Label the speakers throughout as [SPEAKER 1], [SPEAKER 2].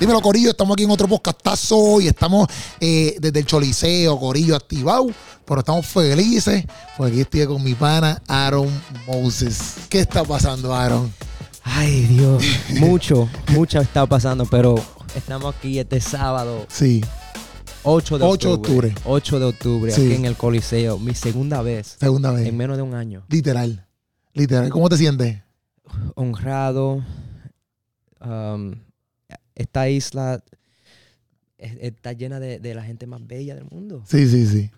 [SPEAKER 1] Dímelo, Corillo, estamos aquí en otro podcastazo y estamos eh, desde el Choliseo, Corillo activado, pero estamos felices porque aquí estoy con mi pana Aaron Moses. ¿Qué está pasando, Aaron?
[SPEAKER 2] Ay, Dios, mucho, mucho está pasando, pero estamos aquí este sábado
[SPEAKER 1] Sí,
[SPEAKER 2] 8 de
[SPEAKER 1] 8 de
[SPEAKER 2] octubre.
[SPEAKER 1] octubre.
[SPEAKER 2] 8 de octubre,
[SPEAKER 1] Sí.
[SPEAKER 2] aquí en el Coliseo, mi segunda vez
[SPEAKER 1] segunda vez.
[SPEAKER 2] en menos de un año.
[SPEAKER 1] Literal. Literal. ¿Cómo te sientes?
[SPEAKER 2] Honrado. um, esta isla es- está llena de, de la gente más bella del mundo.
[SPEAKER 1] Sí, sí, sí.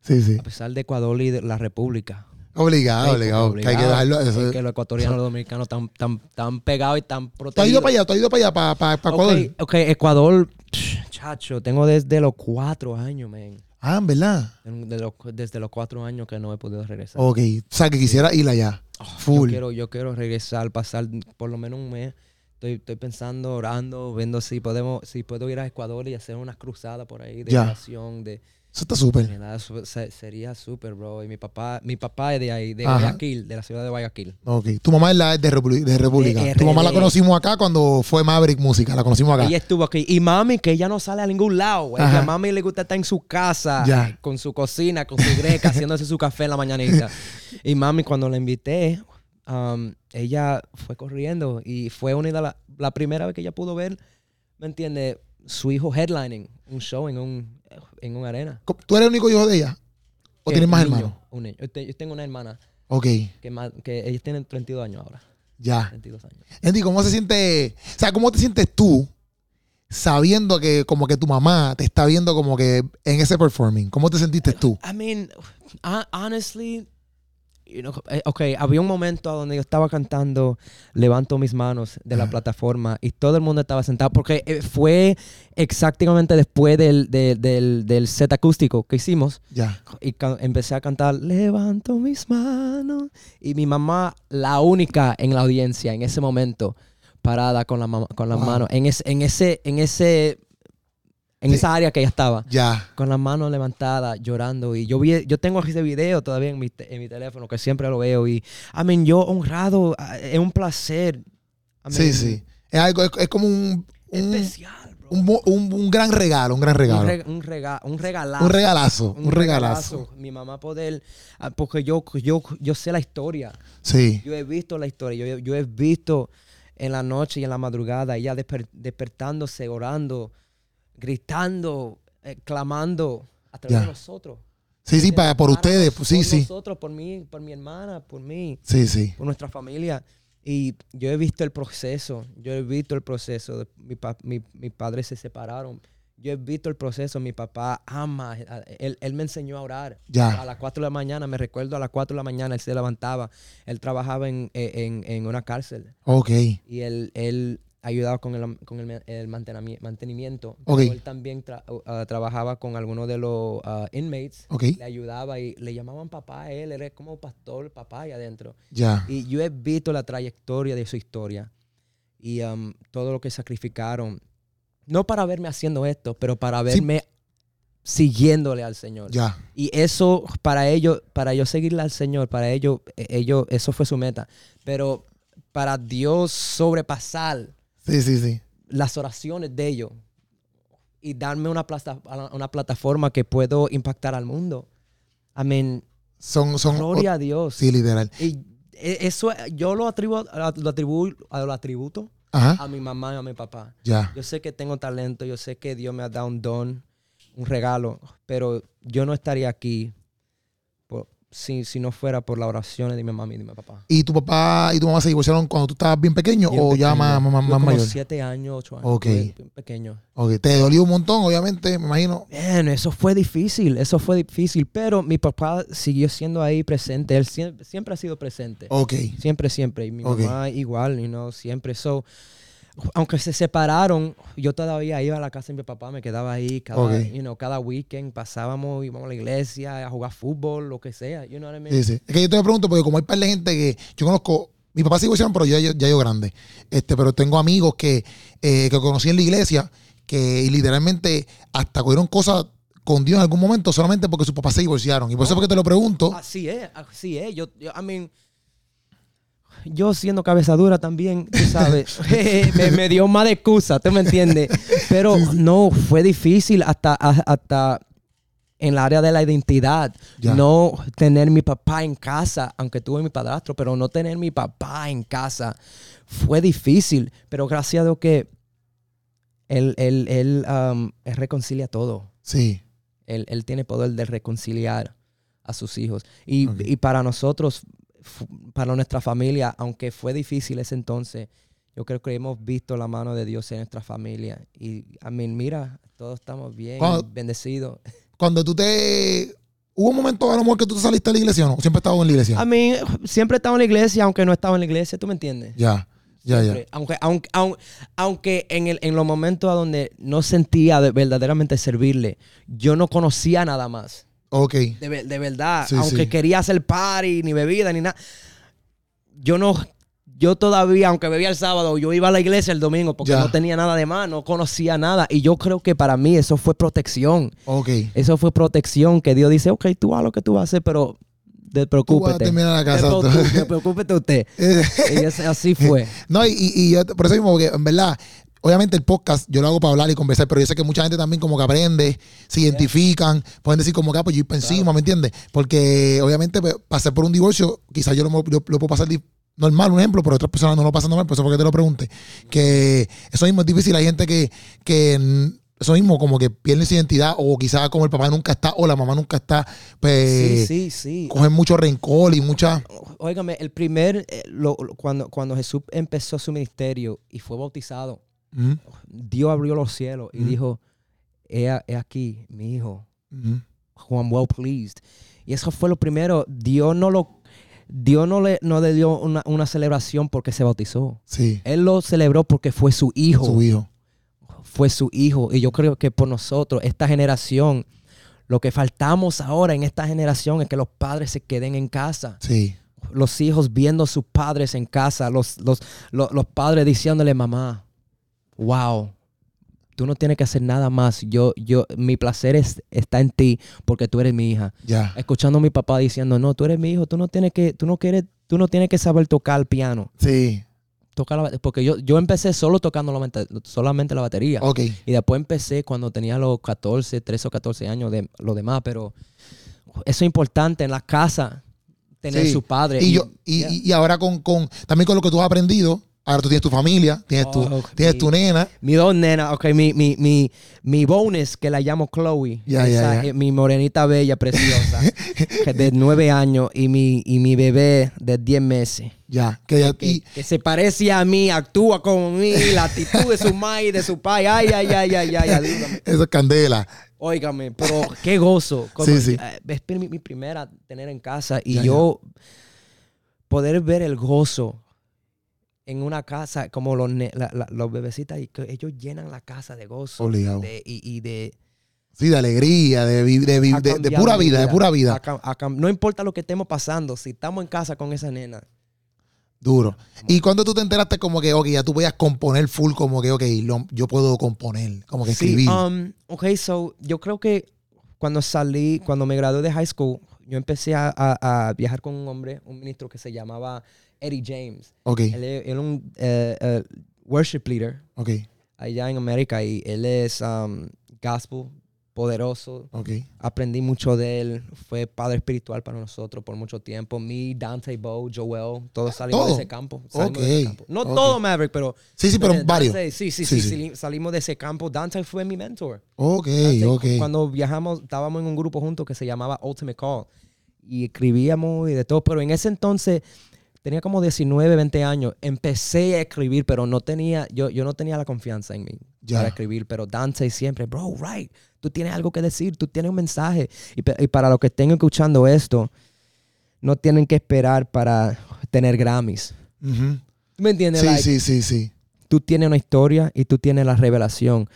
[SPEAKER 1] Sí, sí.
[SPEAKER 2] A pesar de Ecuador y de la República.
[SPEAKER 1] Obligado,
[SPEAKER 2] Ay,
[SPEAKER 1] obligado. Que
[SPEAKER 2] obligado.
[SPEAKER 1] hay que dejarlo. eso-
[SPEAKER 2] Es que los ecuatorianos y los dominicanos están tan, tan pegados y tan
[SPEAKER 1] ¿Tú has ido
[SPEAKER 2] protegidos.
[SPEAKER 1] para allá? ¿Tú has ido para allá? ¿Para, para, para Ecuador?
[SPEAKER 2] Ok, ok, Ecuador, pff, chacho, tengo desde los cuatro años, man.
[SPEAKER 1] Ah, en verdad.
[SPEAKER 2] De los- desde los cuatro años que no he podido regresar.
[SPEAKER 1] Ok. O sea, que quisiera ir allá.
[SPEAKER 2] Oh, yo,
[SPEAKER 1] Full.
[SPEAKER 2] quiero, yo quiero regresar, pasar por lo menos un mes. Estoy, estoy pensando, orando, viendo si podemos, si puedo ir a Ecuador y hacer unas cruzadas por ahí de
[SPEAKER 1] Ya.
[SPEAKER 2] oración, de
[SPEAKER 1] Eso está súper.
[SPEAKER 2] me da su- se- sería súper, bro. Y mi papá, mi papá es de ahí, de
[SPEAKER 1] Ajá.
[SPEAKER 2] Guayaquil, de la ciudad de Guayaquil.
[SPEAKER 1] Ok. Tu mamá es la, de, República- de República.
[SPEAKER 2] De
[SPEAKER 1] tu mamá la
[SPEAKER 2] RD.
[SPEAKER 1] conocimos acá cuando fue Maverick Música. La conocimos acá.
[SPEAKER 2] Ella estuvo aquí. Y mami, que ella no sale a ningún lado. A
[SPEAKER 1] Ajá.
[SPEAKER 2] mami le gusta estar en su casa,
[SPEAKER 1] Ya.
[SPEAKER 2] con su cocina, con su greca, haciéndose su café en la mañanita. Y mami, cuando la invité, um, ella fue corriendo y fue una de la, la primera vez que ella pudo ver, ¿me entiendes? Su hijo headlining, un show en un en una arena.
[SPEAKER 1] ¿Tú eres el único hijo de ella? ¿O
[SPEAKER 2] Que
[SPEAKER 1] tienes más
[SPEAKER 2] un niño,
[SPEAKER 1] hermanos?
[SPEAKER 2] un niño. Yo, te- yo tengo una hermana
[SPEAKER 1] Ok.
[SPEAKER 2] que, más, que ella tiene 32 años ahora.
[SPEAKER 1] Ya.
[SPEAKER 2] 32 años.
[SPEAKER 1] Andy, ¿cómo se siente? O sea, ¿cómo te sientes tú sabiendo que como que tu mamá te está viendo como que en ese performing? ¿Cómo te sentiste tú?
[SPEAKER 2] I mean, hon- honestly, you know, eh, ok, había un momento donde yo estaba cantando, levanto mis manos de la
[SPEAKER 1] Ajá.
[SPEAKER 2] plataforma y todo el mundo estaba sentado porque eh, fue exactamente después del, del, del- del set acústico que hicimos
[SPEAKER 1] Ya.
[SPEAKER 2] y ca- empecé a cantar, levanto mis manos y mi mamá, la única en la audiencia en ese momento, parada con, la mama- con las
[SPEAKER 1] Wow.
[SPEAKER 2] manos, en, es- en ese, en ese, en
[SPEAKER 1] Sí.
[SPEAKER 2] esa área que ella estaba
[SPEAKER 1] Ya.
[SPEAKER 2] con las manos levantadas, llorando. Y yo vi, yo tengo ese video todavía en mi, te- en mi teléfono, que siempre lo veo. Y, I mean, yo honrado, ah, es un placer. I mean,
[SPEAKER 1] Sí, sí. Es algo, es, es como un, un,
[SPEAKER 2] Especial, bro.
[SPEAKER 1] un, mo- un- un gran regalo, un gran regalo.
[SPEAKER 2] Un, reg- un rega- un regalazo.
[SPEAKER 1] Un regalazo, un, regalazo.
[SPEAKER 2] Mi mamá poder, ah, porque yo, yo, yo sé la historia.
[SPEAKER 1] Sí.
[SPEAKER 2] Yo he visto la historia. Yo, yo he visto en la noche y en la madrugada ella desper- despertándose, orando, gritando, eh, clamando a través
[SPEAKER 1] Ya.
[SPEAKER 2] de nosotros.
[SPEAKER 1] Sí, sí, para, por
[SPEAKER 2] Hermanos,
[SPEAKER 1] ustedes. pues, Sí,
[SPEAKER 2] por
[SPEAKER 1] sí.
[SPEAKER 2] nosotros, por mí, por mi hermana, por mí,
[SPEAKER 1] Sí, sí.
[SPEAKER 2] por nuestra familia. Y yo he visto el proceso, yo he visto el proceso. de- Mi, pa- mi- mis padres se separaron. Yo he visto el proceso, mi papá ama, a- él, él me enseñó a orar. A
[SPEAKER 1] Ya.
[SPEAKER 2] las 4 de la mañana, me recuerdo a las 4 de la mañana, él se levantaba, él trabajaba en, en- en una cárcel
[SPEAKER 1] Ok.
[SPEAKER 2] y él, él ayudaba con el, con el, el mantenami- mantenimiento.
[SPEAKER 1] Ok.
[SPEAKER 2] Pero Él también tra- ah, trabajaba con algunos de los ah, inmates
[SPEAKER 1] Ok.
[SPEAKER 2] le ayudaba y le llamaban papá a él, él era como pastor, papá ahí adentro.
[SPEAKER 1] Ya.
[SPEAKER 2] Y yo he visto la trayectoria de su historia y um, todo lo que sacrificaron, no para verme haciendo esto, pero para verme siguiéndole al Señor.
[SPEAKER 1] Ya.
[SPEAKER 2] Y eso para ellos, para ellos seguirle al Señor, para ellos, eh, ellos, eso fue su meta. Pero para Dios sobrepasar
[SPEAKER 1] Sí, sí, sí.
[SPEAKER 2] las oraciones de ellos y darme una, plata- una plataforma que puedo impactar al mundo. Amén.
[SPEAKER 1] Son, son.
[SPEAKER 2] Gloria a Dios.
[SPEAKER 1] Sí, literal.
[SPEAKER 2] Y e- eso eh, yo lo atributo, lo atributo, lo atributo
[SPEAKER 1] Ajá.
[SPEAKER 2] a mi mamá y a mi papá.
[SPEAKER 1] Ya.
[SPEAKER 2] Yo sé que tengo talento, yo sé que Dios me ha dado un don, un regalo, pero yo no estaría aquí por- si, si no fuera por las oraciones de mi mamá y de mi papá.
[SPEAKER 1] ¿Y tu papá y tu mamá se divorciaron cuando tú estabas bien pequeño
[SPEAKER 2] Bien
[SPEAKER 1] o ya
[SPEAKER 2] pequeño.
[SPEAKER 1] más, más,
[SPEAKER 2] Yo
[SPEAKER 1] más
[SPEAKER 2] como
[SPEAKER 1] mayor?
[SPEAKER 2] siete años, ocho años.
[SPEAKER 1] Ok.
[SPEAKER 2] bien- bien Pequeño.
[SPEAKER 1] Ok, te dolió un montón, obviamente, me imagino.
[SPEAKER 2] Man, eso fue difícil, eso fue difícil, pero mi papá siguió siendo ahí presente, él siem- siempre, ha sido presente,
[SPEAKER 1] Ok,
[SPEAKER 2] siempre, siempre, y mi
[SPEAKER 1] Ok.
[SPEAKER 2] mamá igual, you know, siempre, so, aunque se separaron, yo todavía iba a la casa de mi papá, me quedaba ahí, cada,
[SPEAKER 1] Ok.
[SPEAKER 2] you know, cada weekend pasábamos, íbamos a la iglesia, a jugar fútbol, lo que sea, you know what I mean?
[SPEAKER 1] sí, sí. Es que yo te pregunto, porque como hay par de gente que yo conozco, mi papá se divorciaron, pero ya, yo- ya yo grande. Este, pero tengo amigos que, eh, que conocí en la iglesia que literalmente hasta cogieron cosas con Dios en algún momento solamente porque sus
[SPEAKER 2] Ah,
[SPEAKER 1] papás se divorciaron. Y por eso es porque te lo pregunto.
[SPEAKER 2] Así es, así es. Yo, yo, I mean, yo siendo cabeza dura también, tú sabes, eh, me, me dio más de excusa, ¿tú me entiendes? Pero no, fue difícil hasta, a- hasta en el área de la identidad.
[SPEAKER 1] Ya.
[SPEAKER 2] No tener mi papá en casa, aunque tuve mi padrastro, pero no tener mi papá en casa fue difícil. Pero gracias a Dios que él, él, él, um, él reconcilia todo.
[SPEAKER 1] Sí.
[SPEAKER 2] Él, él tiene poder de reconciliar a sus hijos. Y,
[SPEAKER 1] Ok.
[SPEAKER 2] y para nosotros, fu- para nuestra familia, aunque fue difícil ese entonces, yo creo que hemos visto la mano de Dios en nuestra familia. Y a mí, mira, todos estamos bien,
[SPEAKER 1] Cuando-
[SPEAKER 2] bendecidos.
[SPEAKER 1] Cuando tú te... ¿Hubo un momento a lo mejor que tú te saliste de la iglesia o no? Siempre estabas en la iglesia.
[SPEAKER 2] A mí, siempre he estado en la iglesia, aunque no estaba en la iglesia, ¿tú me entiendes?
[SPEAKER 1] ya, ya, ya.
[SPEAKER 2] Siempre. Aunque, aunque, aun- aunque en, el, en los momentos a donde no sentía de- verdaderamente servirle, yo no conocía nada más.
[SPEAKER 1] Ok.
[SPEAKER 2] De, ver- de verdad,
[SPEAKER 1] Sí,
[SPEAKER 2] aunque
[SPEAKER 1] sí.
[SPEAKER 2] quería hacer party, ni bebida, ni nada. Yo no, yo todavía, aunque bebía el sábado, yo iba a la iglesia el domingo porque
[SPEAKER 1] Ya.
[SPEAKER 2] no tenía nada de más, no conocía nada. Y yo creo que para mí eso fue protección.
[SPEAKER 1] Ok.
[SPEAKER 2] Eso fue protección que Dios dice, ok, tú haz lo que tú vas a hacer, pero te
[SPEAKER 1] Tú vas a
[SPEAKER 2] preocúpete.
[SPEAKER 1] terminar la
[SPEAKER 2] Te
[SPEAKER 1] casa. Eh,
[SPEAKER 2] preocu- preocúpete usted. Y es- así fue.
[SPEAKER 1] No, y, y, y yo te- por eso mismo, porque en verdad, obviamente el podcast yo lo hago para hablar y conversar, pero yo sé que mucha gente también como que aprende, se identifican, pueden decir como que, ah, pues yo ir para encima, ¿me entiendes? Porque obviamente pues, pasar por un divorcio, quizás yo lo, mo- lo- lo puedo pasar di- normal, un ejemplo, pero otras personas no lo pasan normal, por eso porque te lo pregunte. Que eso mismo es difícil, hay gente que, que mm, eso mismo como que pierde su identidad o quizás como el papá nunca está o la mamá nunca está, pues
[SPEAKER 2] sí, sí, sí.
[SPEAKER 1] cogen mucho rencor y mucha...
[SPEAKER 2] Eh, Óigame, el primer, eh, lo- lo- cuando, cuando Jesús empezó su ministerio y fue bautizado,
[SPEAKER 1] Mm,
[SPEAKER 2] Dios abrió los cielos y
[SPEAKER 1] Mm.
[SPEAKER 2] dijo, he, a- he aquí, mi hijo,
[SPEAKER 1] mm.
[SPEAKER 2] Juan well pleased. Y eso fue lo primero. Dios no lo, Dios no le, no le dio una, una celebración porque se bautizó.
[SPEAKER 1] Sí,
[SPEAKER 2] Él lo celebró porque fue su hijo.
[SPEAKER 1] su hijo.
[SPEAKER 2] Fue su hijo. Y yo creo que por nosotros, esta generación, lo que faltamos ahora en esta generación es que los padres se queden en casa
[SPEAKER 1] Sí,
[SPEAKER 2] los hijos viendo a sus padres en casa, los, los, lo- los padres diciéndole, mamá, wow, tú no tienes que hacer nada más. Yo, yo, mi placer es, está en ti porque tú eres mi hija.
[SPEAKER 1] ya.
[SPEAKER 2] Escuchando a mi papá diciendo, no, tú eres mi hijo, tú no tienes que, tú no quieres, tú no tienes que saber tocar el piano.
[SPEAKER 1] Sí.
[SPEAKER 2] Toca la bate- porque yo, yo empecé solo tocando la bate- solamente la batería.
[SPEAKER 1] Ok,
[SPEAKER 2] Y después empecé cuando tenía los 14, 13 o 14 años de lo demás, pero eso es importante en la casa, tener
[SPEAKER 1] Sí.
[SPEAKER 2] su padre.
[SPEAKER 1] Y, yo, y,
[SPEAKER 2] Yeah.
[SPEAKER 1] y- y ahora con, con también con lo que tú has aprendido, ahora tú tienes tu familia, tienes, tu,
[SPEAKER 2] Oh,
[SPEAKER 1] tienes
[SPEAKER 2] mi-
[SPEAKER 1] tu nena.
[SPEAKER 2] Mi dos nenas, ok, mi, mi, mi, mi bonus, que la llamo Chloe.
[SPEAKER 1] Ya,
[SPEAKER 2] esa,
[SPEAKER 1] ya, ya.
[SPEAKER 2] eh, Mi morenita bella, preciosa, que de nueve años, y mi, y mi bebé de diez meses.
[SPEAKER 1] Ya, que ya.
[SPEAKER 2] Que,
[SPEAKER 1] y-
[SPEAKER 2] que se parece a mí, actúa como mí, la actitud de su madre y de su padre. Ay, ay, ay, ay, ay, ayúdame.
[SPEAKER 1] eso es candela.
[SPEAKER 2] Óigame, pero qué gozo. Como,
[SPEAKER 1] Sí, sí.
[SPEAKER 2] eh, Es mi, mi primera tener en casa y
[SPEAKER 1] Ya, ya.
[SPEAKER 2] yo poder ver el gozo en una casa, como los, ne- la- la- los bebecitas, y que ellos llenan la casa de gozo.
[SPEAKER 1] Obligado.
[SPEAKER 2] de- y, y de,
[SPEAKER 1] Sí, de alegría, de, vi- de, vi-
[SPEAKER 2] ha
[SPEAKER 1] de- de
[SPEAKER 2] cambiado
[SPEAKER 1] pura
[SPEAKER 2] mi
[SPEAKER 1] vida, de pura
[SPEAKER 2] Ha
[SPEAKER 1] vida.
[SPEAKER 2] cam- ha cam- no importa lo que estemos pasando, si estamos en casa con esa nena,
[SPEAKER 1] Duro. Y cuando tú te enteraste, como que, ok, ya tú podías componer full, como que, ok, lo- yo puedo componer, como que
[SPEAKER 2] Sí,
[SPEAKER 1] escribir.
[SPEAKER 2] um, ok, so yo creo que cuando salí, cuando me gradué de high school, yo empecé a, a- a viajar con un hombre, un ministro que se llamaba Eddie James.
[SPEAKER 1] ok,
[SPEAKER 2] Él es él es un eh, eh, worship leader
[SPEAKER 1] ok,
[SPEAKER 2] allá en América y él es um, gospel poderoso.
[SPEAKER 1] ok.
[SPEAKER 2] Aprendí mucho de él. Fue padre espiritual para nosotros por mucho tiempo. Me, Dante Bow, Joel, todos salimos
[SPEAKER 1] Ah, Todo.
[SPEAKER 2] de ese campo. salimos
[SPEAKER 1] Ok,
[SPEAKER 2] de ese campo. No
[SPEAKER 1] ok.
[SPEAKER 2] todo Maverick, pero...
[SPEAKER 1] Sí, sí, pero
[SPEAKER 2] Dante,
[SPEAKER 1] varios.
[SPEAKER 2] Sí, sí,
[SPEAKER 1] Sí,
[SPEAKER 2] sí,
[SPEAKER 1] sí.
[SPEAKER 2] sali- Salimos de ese campo. Dante fue mi mentor.
[SPEAKER 1] Ok,
[SPEAKER 2] Dante,
[SPEAKER 1] ok.
[SPEAKER 2] Cuando viajamos, estábamos en un grupo juntos que se llamaba Ultimate Call. Y escribíamos y de todo. Pero en ese entonces, tenía como 19, 20 años. Empecé a escribir, pero no tenía, yo, yo no tenía la confianza en mí
[SPEAKER 1] Ya.
[SPEAKER 2] para escribir. Pero Dante siempre, bro, right. Tú tienes algo que decir, tú tienes un mensaje. Y, pe- y para los que estén escuchando esto, no tienen que esperar para tener Grammys.
[SPEAKER 1] Ujú.
[SPEAKER 2] ¿Tú me entiendes?
[SPEAKER 1] Sí,
[SPEAKER 2] Like,
[SPEAKER 1] sí, sí, sí.
[SPEAKER 2] tú tienes una historia y tú tienes la revelación.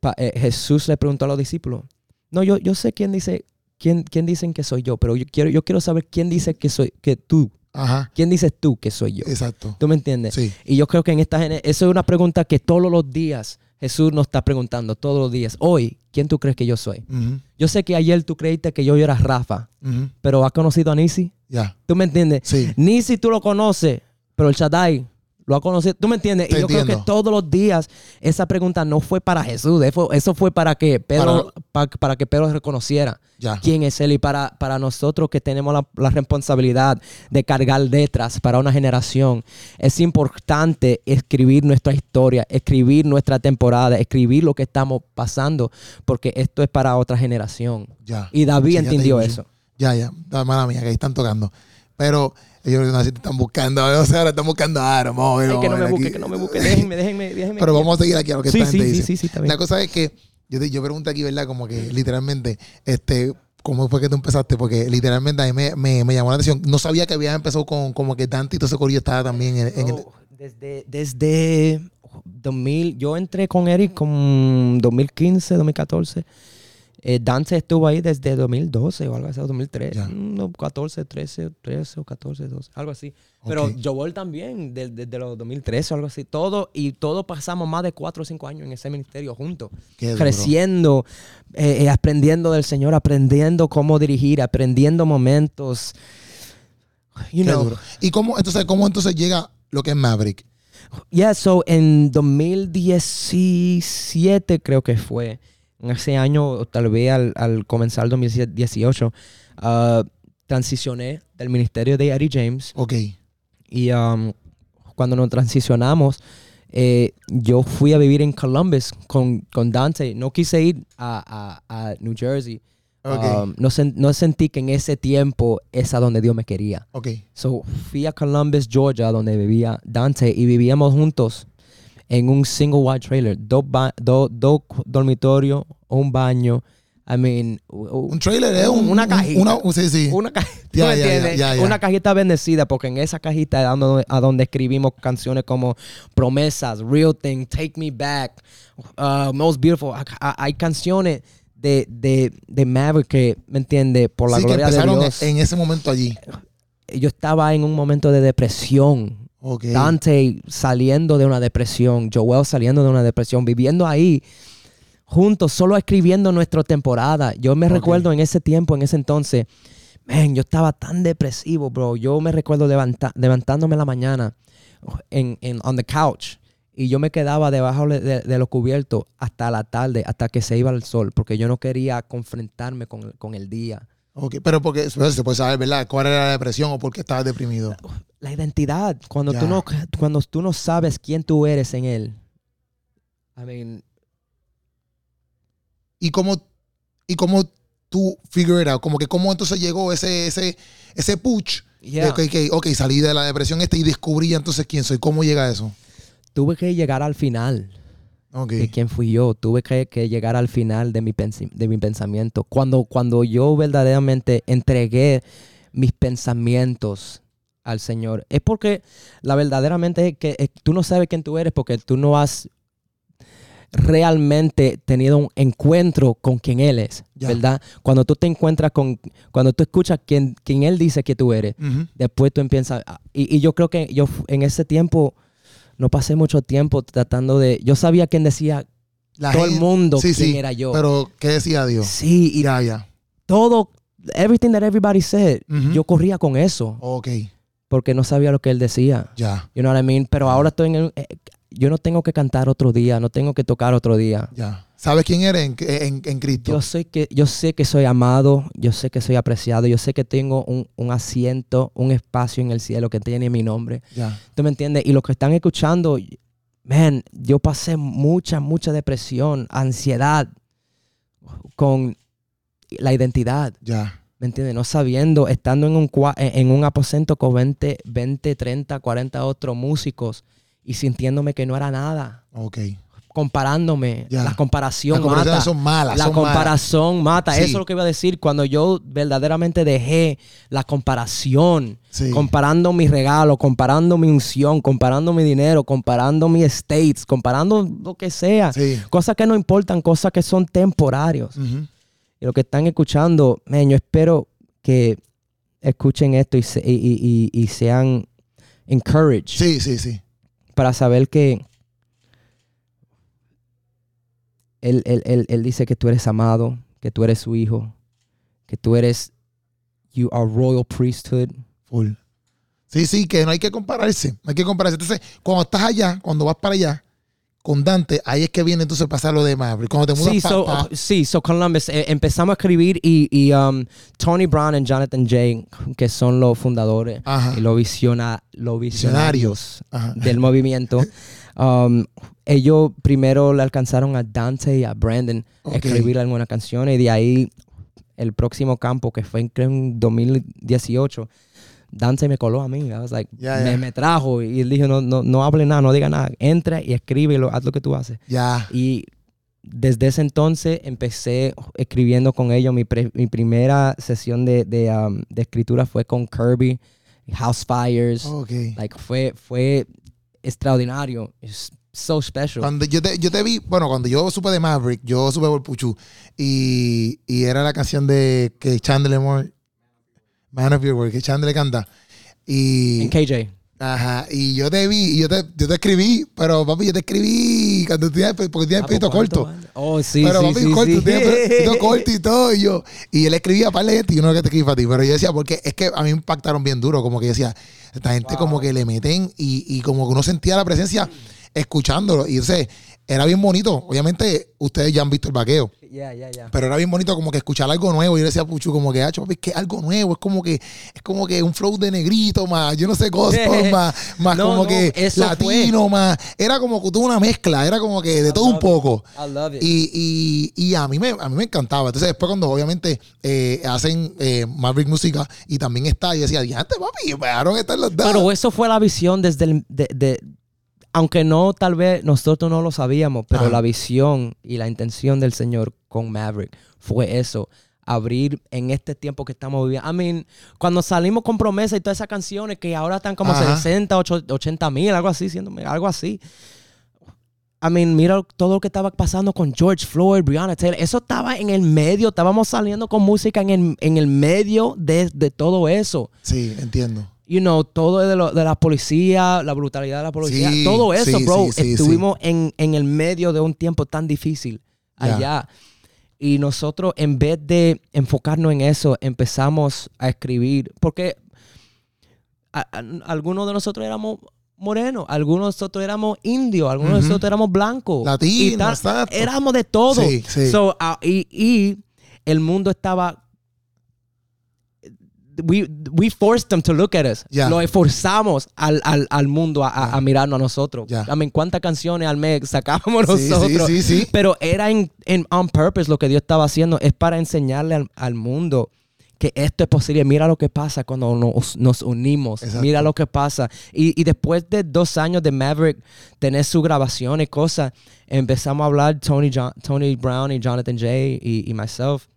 [SPEAKER 2] Pa- eh, Jesús le preguntó a los discípulos, no, yo, yo sé quién dice, quién, quién dicen que soy yo, pero yo quiero, yo quiero saber quién dice que soy, que tú,
[SPEAKER 1] Ajá,
[SPEAKER 2] quién dices tú que soy yo.
[SPEAKER 1] exacto.
[SPEAKER 2] ¿Tú me entiendes?
[SPEAKER 1] Sí,
[SPEAKER 2] Y yo creo que en esta gene- eso es una pregunta que todos los días Jesús nos está preguntando, todos los días. Hoy, ¿quién tú crees que yo soy?
[SPEAKER 1] Ujú,
[SPEAKER 2] Yo sé que ayer tú creíste que yo era Rafa,
[SPEAKER 1] ujú.
[SPEAKER 2] pero ¿has conocido a Nisi?
[SPEAKER 1] ya,
[SPEAKER 2] ¿Tú me entiendes?
[SPEAKER 1] sí.
[SPEAKER 2] Nisi tú lo conoces, Pero el Shaddai lo ha conocido. ¿Tú me entiendes?
[SPEAKER 1] Te
[SPEAKER 2] y yo creo
[SPEAKER 1] entiendo.
[SPEAKER 2] que todos los días esa pregunta no fue para Jesús. eh, fue- Eso fue para que Pedro, pa- para, que Pedro reconociera
[SPEAKER 1] Ya.
[SPEAKER 2] quién es él y para, para nosotros que tenemos la, la responsabilidad de cargar letras para una generación. Es importante escribir nuestra historia, escribir nuestra temporada, escribir lo que estamos pasando, porque esto es para otra generación.
[SPEAKER 1] Ya.
[SPEAKER 2] Y David
[SPEAKER 1] Sí, ya te
[SPEAKER 2] entendió
[SPEAKER 1] digo, sí.
[SPEAKER 2] eso.
[SPEAKER 1] Ya, ya. Da- Mala mía, que ahí están tocando. Pero ellos no sé, te están buscando. O sea, ahora están buscando a Aaron. Vamos a ver,
[SPEAKER 2] Ay, que no
[SPEAKER 1] vamos a ver
[SPEAKER 2] me
[SPEAKER 1] aquí.
[SPEAKER 2] busque, que no me busque. Déjenme, déjenme, déjenme.
[SPEAKER 1] Pero vamos a seguir aquí a lo que
[SPEAKER 2] sí,
[SPEAKER 1] esta
[SPEAKER 2] sí,
[SPEAKER 1] gente
[SPEAKER 2] sí,
[SPEAKER 1] dice.
[SPEAKER 2] sí, sí, está bien.
[SPEAKER 1] La cosa es que yo, te- yo pregunto aquí, ¿verdad? Como que literalmente, este, ¿cómo fue que tú empezaste? Porque literalmente a mí me, me- me llamó la atención. No sabía que había empezado con como que Dante y todo ese corillo estaba también en, en el...
[SPEAKER 2] Oh, desde, desde 2000, yo entré con Eric con 2015, 2014. Eh, Dante estuvo ahí desde 2012 o algo así, o 2013,
[SPEAKER 1] Ya.
[SPEAKER 2] Mm, no, 14, 13, 13 o 14, 12, algo así.
[SPEAKER 1] Ok.
[SPEAKER 2] Pero Joel también, del- desde los 2013 o algo así. Todo, y todos pasamos más de 4 o 5 años en ese ministerio juntos.
[SPEAKER 1] Qué duro.
[SPEAKER 2] creciendo, eh, eh, aprendiendo del Señor, aprendiendo cómo dirigir, aprendiendo momentos. You
[SPEAKER 1] Qué
[SPEAKER 2] know.
[SPEAKER 1] duro. ¿Y cómo entonces, cómo entonces llega lo que es Maverick?
[SPEAKER 2] Yeah, so en 2017 creo que fue, en ese año, o tal vez al, al comenzar el 2018, ah, transicioné del ministerio de Eddie James
[SPEAKER 1] Ok.
[SPEAKER 2] y um, cuando nos transicionamos, eh, yo fui a vivir en Columbus con, con Dante. No quise ir a, a- a New Jersey.
[SPEAKER 1] Ok.
[SPEAKER 2] Um, no, sen- no sentí que en ese tiempo es a donde Dios me quería.
[SPEAKER 1] ok.
[SPEAKER 2] So, fui a Columbus, Georgia, donde vivía Dante, y vivíamos juntos en un single wide trailer. Dos ba- do- dos dormitorios, un baño. I mean, u- u-
[SPEAKER 1] Un trailer es un-
[SPEAKER 2] Una
[SPEAKER 1] un-
[SPEAKER 2] cajita.
[SPEAKER 1] Una, un- sí, sí.
[SPEAKER 2] una, ca- ¿tú
[SPEAKER 1] Ya,
[SPEAKER 2] me
[SPEAKER 1] ya, ya,
[SPEAKER 2] entiendes?
[SPEAKER 1] ya, ya.
[SPEAKER 2] una cajita bendecida, porque en esa cajita era donde- a donde escribimos canciones como Promesas, Real Thing, Take Me Back, uh, Most Beautiful. A- a- Hay canciones de, de, de Maverick que, ¿me entiendes? Por la
[SPEAKER 1] sí, que
[SPEAKER 2] gloria de
[SPEAKER 1] empezaron
[SPEAKER 2] Dios.
[SPEAKER 1] en ese momento allí.
[SPEAKER 2] Yo estaba en un momento de depresión.
[SPEAKER 1] Ok.
[SPEAKER 2] Dante saliendo de una depresión, Joel saliendo de una depresión, viviendo ahí juntos, solo escribiendo nuestra temporada. Yo me
[SPEAKER 1] Ok.
[SPEAKER 2] recuerdo en ese tiempo, en ese entonces, man, yo estaba tan depresivo, bro. Yo me recuerdo levanta- levantándome en la mañana en, en- on the couch y yo me quedaba debajo de, de- de los cubiertos hasta la tarde, hasta que se iba el sol, porque yo no quería confrontarme con, con el día.
[SPEAKER 1] Ok, pero porque pero se puede saber, ¿verdad? ¿Cuál era la depresión o por qué estabas deprimido?
[SPEAKER 2] La identidad, cuando,
[SPEAKER 1] Ya.
[SPEAKER 2] tú no, cuando tú no sabes quién tú eres en él. I mean,
[SPEAKER 1] ¿Y cómo, y cómo tú figure it out? Como que cómo entonces llegó ese, ese, ese push
[SPEAKER 2] yeah.
[SPEAKER 1] de que, que, ok, salí de la depresión esta y descubrí entonces quién soy. ¿Cómo llega a eso?
[SPEAKER 2] Tuve que llegar al final
[SPEAKER 1] Ok.
[SPEAKER 2] de quién fui yo. Tuve que, que llegar al final de mi, pensi- de mi pensamiento. Cuando, cuando yo verdaderamente entregué mis pensamientos al Señor. Es porque la verdaderamente es que eh, tú no sabes quién tú eres porque tú no has realmente tenido un encuentro con quien Él es,
[SPEAKER 1] Ya.
[SPEAKER 2] ¿verdad? Cuando tú te encuentras con, cuando tú escuchas quien, quien Él dice que tú eres,
[SPEAKER 1] Ujú.
[SPEAKER 2] después tú empiezas. a- Y, y yo creo que yo f- en ese tiempo no pasé mucho tiempo tratando de. Yo sabía quién decía
[SPEAKER 1] La
[SPEAKER 2] todo el
[SPEAKER 1] gente-
[SPEAKER 2] mundo
[SPEAKER 1] sí,
[SPEAKER 2] quién
[SPEAKER 1] sí,
[SPEAKER 2] era yo.
[SPEAKER 1] Pero, ¿qué decía Dios?
[SPEAKER 2] sí, y
[SPEAKER 1] Ya, ya.
[SPEAKER 2] todo, everything that everybody said,
[SPEAKER 1] Ujú.
[SPEAKER 2] yo corría con eso
[SPEAKER 1] Ok,
[SPEAKER 2] porque no sabía lo que él decía.
[SPEAKER 1] ya,
[SPEAKER 2] You know what I mean? Pero ahora estoy en el- eh, yo no tengo que cantar otro día, no tengo que tocar otro día.
[SPEAKER 1] ya. ¿Sabes quién eres en, en- en Cristo?
[SPEAKER 2] Yo sé que yo sé que soy amado, yo sé que soy apreciado, yo sé que tengo un, un asiento, un espacio en el cielo que tiene mi nombre.
[SPEAKER 1] Ya.
[SPEAKER 2] ¿Tú me entiendes? Y los que están escuchando, man, yo pasé mucha, mucha depresión, ansiedad con la identidad,
[SPEAKER 1] Ya.
[SPEAKER 2] ¿me entiendes? No sabiendo, estando en un, cua- en en un aposento con 20, 20, 30, 40 otros músicos y sintiéndome que no era nada,
[SPEAKER 1] Ok.
[SPEAKER 2] comparándome,
[SPEAKER 1] Ya.
[SPEAKER 2] la
[SPEAKER 1] Las
[SPEAKER 2] comparación mata.
[SPEAKER 1] comparaciones son malas.
[SPEAKER 2] La
[SPEAKER 1] son malas.
[SPEAKER 2] comparación mata,
[SPEAKER 1] Sí.
[SPEAKER 2] eso es lo que iba a decir. Cuando yo verdaderamente dejé la comparación,
[SPEAKER 1] Sí.
[SPEAKER 2] comparando mi regalo, comparando mi unción, comparando mi dinero, comparando mi estates, comparando lo que sea.
[SPEAKER 1] sí.
[SPEAKER 2] Cosas que no importan, cosas que son temporarios.
[SPEAKER 1] Ujú.
[SPEAKER 2] Y lo que están escuchando, man, yo espero que escuchen esto y, se- y- y- y- y sean encouraged
[SPEAKER 1] Sí, sí, sí.
[SPEAKER 2] para saber que él, él- él- él dice que tú eres amado, que tú eres su hijo, que tú eres, you are royal priesthood.
[SPEAKER 1] Full. Sí, sí, que no hay que compararse, no hay que compararse. Entonces, cuando estás allá, cuando vas para allá, con Dante, ahí es que viene entonces pasa lo de Maverick. Cuando te mudas
[SPEAKER 2] Sí,
[SPEAKER 1] pa-
[SPEAKER 2] so, oh,
[SPEAKER 1] pa-
[SPEAKER 2] sí, so Columbus, eh, empezamos a escribir y, y, um, Tony Brown y Jonathan Jay, que son los fundadores
[SPEAKER 1] Ajá.
[SPEAKER 2] y los, visiona- los visionarios
[SPEAKER 1] Ajá.
[SPEAKER 2] del movimiento, um, ellos primero le alcanzaron a Dante y a Brandon
[SPEAKER 1] Ok.
[SPEAKER 2] a escribir algunas canciones y de ahí el próximo campo, que fue en, creo, en 2018, Dante me coló a mí. I was like,
[SPEAKER 1] Ya,
[SPEAKER 2] me,
[SPEAKER 1] ya.
[SPEAKER 2] me trajo y él dijo, no, no, no hable nada, no diga nada, entra y escríbelo, haz lo que tú haces.
[SPEAKER 1] Ya.
[SPEAKER 2] Y desde ese entonces empecé escribiendo con ellos. Mi, pre- mi primera sesión de, de, um, de escritura fue con Kirby, House Fires.
[SPEAKER 1] Ok.
[SPEAKER 2] Like, fue, fue extraordinario. It's so special.
[SPEAKER 1] Cuando yo te, yo te vi, bueno, cuando yo supe de Maverick, yo supe por Puchu. Y, y era la canción de que Chandler Moore, Man of Your Word, que Chandler canta. Y,
[SPEAKER 2] en KJ.
[SPEAKER 1] ajá, y yo te vi, y yo te, yo te escribí, pero papi, yo te escribí cuando tenías, porque tenías el pelito
[SPEAKER 2] Ah, pues, ¿cuánto
[SPEAKER 1] corto.
[SPEAKER 2] vale? Oh, sí,
[SPEAKER 1] pero
[SPEAKER 2] sí,
[SPEAKER 1] papi,
[SPEAKER 2] sí,
[SPEAKER 1] corto,
[SPEAKER 2] sí.
[SPEAKER 1] tenía el pelito corto y todo. Y yo, y yo le escribía para la gente, y yo no era que te escribí para ti, pero yo decía, porque es que a mí me impactaron bien duro, como que yo decía, esta gente como que le meten y, y como que uno sentía la presencia escuchándolo. Y entonces, era bien bonito. Obviamente, ustedes ya han visto el vaqueo.
[SPEAKER 2] Yeah, yeah, yeah.
[SPEAKER 1] Pero era bien bonito como que escuchar algo nuevo. Y yo le decía a Puchu, como que, hacho, papi, es que algo nuevo. Es como que, es como que un flow de negrito, más, yo no sé, gospel, más, más
[SPEAKER 2] No,
[SPEAKER 1] como
[SPEAKER 2] no,
[SPEAKER 1] que
[SPEAKER 2] eso
[SPEAKER 1] latino, más. Era como que tuvo una mezcla, era como que de todo un
[SPEAKER 2] love it.
[SPEAKER 1] poco.
[SPEAKER 2] I love it.
[SPEAKER 1] Y, y, y a, mí me, a mí me encantaba. Entonces, después, cuando obviamente eh, hacen eh, Maverick Música y también está, yo decía, diante, papi, me dejaron estar los dos.
[SPEAKER 2] Pero eso fue la visión desde el... de- de- aunque no, tal vez nosotros no lo sabíamos, pero
[SPEAKER 1] Ajá.
[SPEAKER 2] la visión y la intención del Señor con Maverick fue eso. Abrir en este tiempo que estamos viviendo. I mean, cuando salimos con promesa y todas esas canciones que ahora están como
[SPEAKER 1] Ajá.
[SPEAKER 2] 60, ocho- 80 mil, algo así, siendo- algo así. I mean, mira todo lo que estaba pasando con George Floyd, Breonna Taylor. Eso estaba en el medio. Estábamos saliendo con música en el, en el medio de- de todo eso
[SPEAKER 1] Sí, entiendo.
[SPEAKER 2] you know, todo de, lo- de la policía, la brutalidad de la policía,
[SPEAKER 1] Sí,
[SPEAKER 2] todo eso,
[SPEAKER 1] sí,
[SPEAKER 2] bro.
[SPEAKER 1] sí, sí,
[SPEAKER 2] estuvimos En, en el medio de un tiempo tan difícil
[SPEAKER 1] Ya.
[SPEAKER 2] allá. Y nosotros, en vez de enfocarnos en eso, empezamos a escribir. Porque a- a- algunos de nosotros éramos morenos, algunos de nosotros éramos indios, algunos de
[SPEAKER 1] Ujú.
[SPEAKER 2] nosotros éramos blancos.
[SPEAKER 1] Latino,
[SPEAKER 2] Y tal.
[SPEAKER 1] exacto.
[SPEAKER 2] Éramos de todo.
[SPEAKER 1] Sí, sí.
[SPEAKER 2] So, ah, y, y el mundo estaba we, we forced them to look at us.
[SPEAKER 1] Ya.
[SPEAKER 2] Lo esforzamos al, al, al mundo a, a- a mirarnos a nosotros.
[SPEAKER 1] Ya.
[SPEAKER 2] I mean, cuántas canciones al mes sacábamos
[SPEAKER 1] Sí,
[SPEAKER 2] nosotros.
[SPEAKER 1] sí, sí, sí.
[SPEAKER 2] Pero era en, en- on purpose lo que Dios estaba haciendo. Es para enseñarle al, al mundo que esto es posible. Mira lo que pasa cuando nos, nos unimos.
[SPEAKER 1] Exacto.
[SPEAKER 2] Mira lo que pasa. Y, y después de dos años de Maverick tener su grabación y cosas, empezamos a hablar Tony, Jo- Tony Brown y Jonathan Jay y, y myself.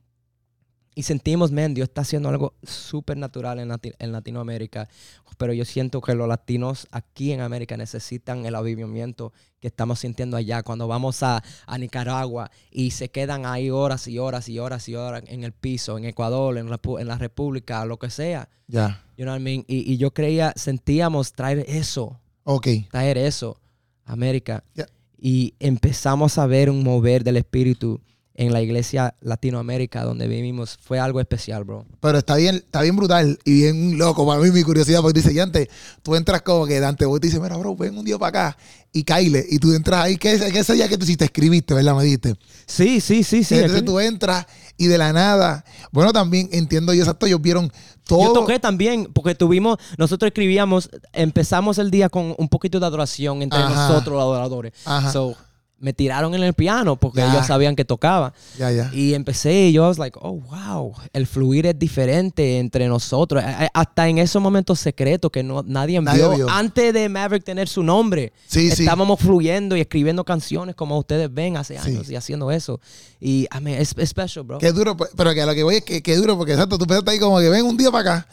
[SPEAKER 2] Y sentimos, man, Dios está haciendo algo súper natural en, Lati- en Latinoamérica. Pero yo siento que los latinos aquí en América necesitan el avivamiento que estamos sintiendo allá. Cuando vamos a, a Nicaragua y se quedan ahí horas y horas y horas y horas en el piso, en Ecuador, en la, pu- en la República, lo que sea.
[SPEAKER 1] Ya.
[SPEAKER 2] You know what I mean? Y, y yo creía, sentíamos traer eso,
[SPEAKER 1] Ok.
[SPEAKER 2] traer eso a América.
[SPEAKER 1] Ya.
[SPEAKER 2] Y empezamos a ver un mover del espíritu en la iglesia Latinoamérica donde vivimos. Fue algo especial, bro.
[SPEAKER 1] Pero está bien, está bien brutal y bien loco para mí mi curiosidad, porque dice, Dante, tú entras como que Dante vos te dice, mira, bro, ven un día para acá y caile. Y tú entras ahí, que es ese día que tú sí te escribiste, ¿verdad? Me dijiste.
[SPEAKER 2] Sí, sí, sí, sí.
[SPEAKER 1] Entonces
[SPEAKER 2] aquí.
[SPEAKER 1] tú entras y de la nada, bueno, también entiendo yo, exacto, ellos vieron todo.
[SPEAKER 2] Yo toqué también, porque tuvimos, nosotros escribíamos, empezamos el día con un poquito de adoración entre
[SPEAKER 1] Ajá.
[SPEAKER 2] nosotros los adoradores.
[SPEAKER 1] Ajá.
[SPEAKER 2] So, me tiraron en el piano porque
[SPEAKER 1] Ya.
[SPEAKER 2] ellos sabían que tocaba.
[SPEAKER 1] ya, ya.
[SPEAKER 2] Y empecé y yo was like, oh, wow, el fluir es diferente entre nosotros. A- a- Hasta en esos momentos secretos que no, nadie
[SPEAKER 1] Nadie
[SPEAKER 2] vio.
[SPEAKER 1] vio.
[SPEAKER 2] Antes de Maverick tener su nombre,
[SPEAKER 1] Sí, sí.
[SPEAKER 2] estábamos fluyendo y escribiendo canciones como ustedes ven hace
[SPEAKER 1] Sí.
[SPEAKER 2] años y haciendo eso. Y, I mean, es, es special, bro.
[SPEAKER 1] Qué duro, pe- pero que a lo que voy es que qué duro, porque exacto, tú empezaste ahí como que ven un día para acá,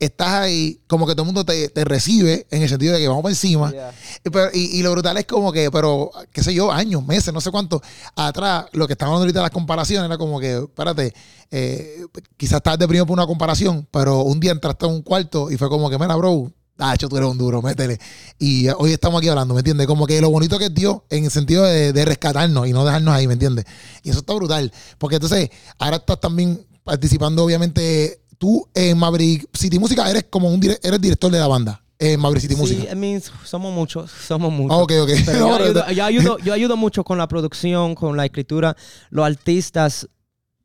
[SPEAKER 1] estás ahí, como que todo el mundo te, te recibe, en el sentido de que vamos por encima.
[SPEAKER 2] Yeah.
[SPEAKER 1] Y, pero- y- y lo brutal es como que, pero, qué sé yo, años, meses, no sé cuánto, atrás, lo que estaban ahorita las comparaciones era como que, espérate, eh, quizás estás deprimido por una comparación, pero un día entraste a un cuarto y fue como que, mira, bro, Tacho, tú eres un duro, métele. Y eh, hoy estamos aquí hablando, ¿me entiendes? Como que lo bonito que es Dios en el sentido de, de rescatarnos y no dejarnos ahí, ¿me entiendes? Y eso está brutal. Porque entonces, ahora estás también participando obviamente tú en Maverick City Música eres como un dire- eres director de la banda en Maverick City Música.
[SPEAKER 2] Sí, I mean, somos muchos, somos
[SPEAKER 1] Ah,
[SPEAKER 2] muchos.
[SPEAKER 1] ok, ok.
[SPEAKER 2] Pero
[SPEAKER 1] No,
[SPEAKER 2] yo,
[SPEAKER 1] pero
[SPEAKER 2] ayudo,
[SPEAKER 1] está-
[SPEAKER 2] yo ayudo- yo ayudo mucho con la producción, con la escritura. Los artistas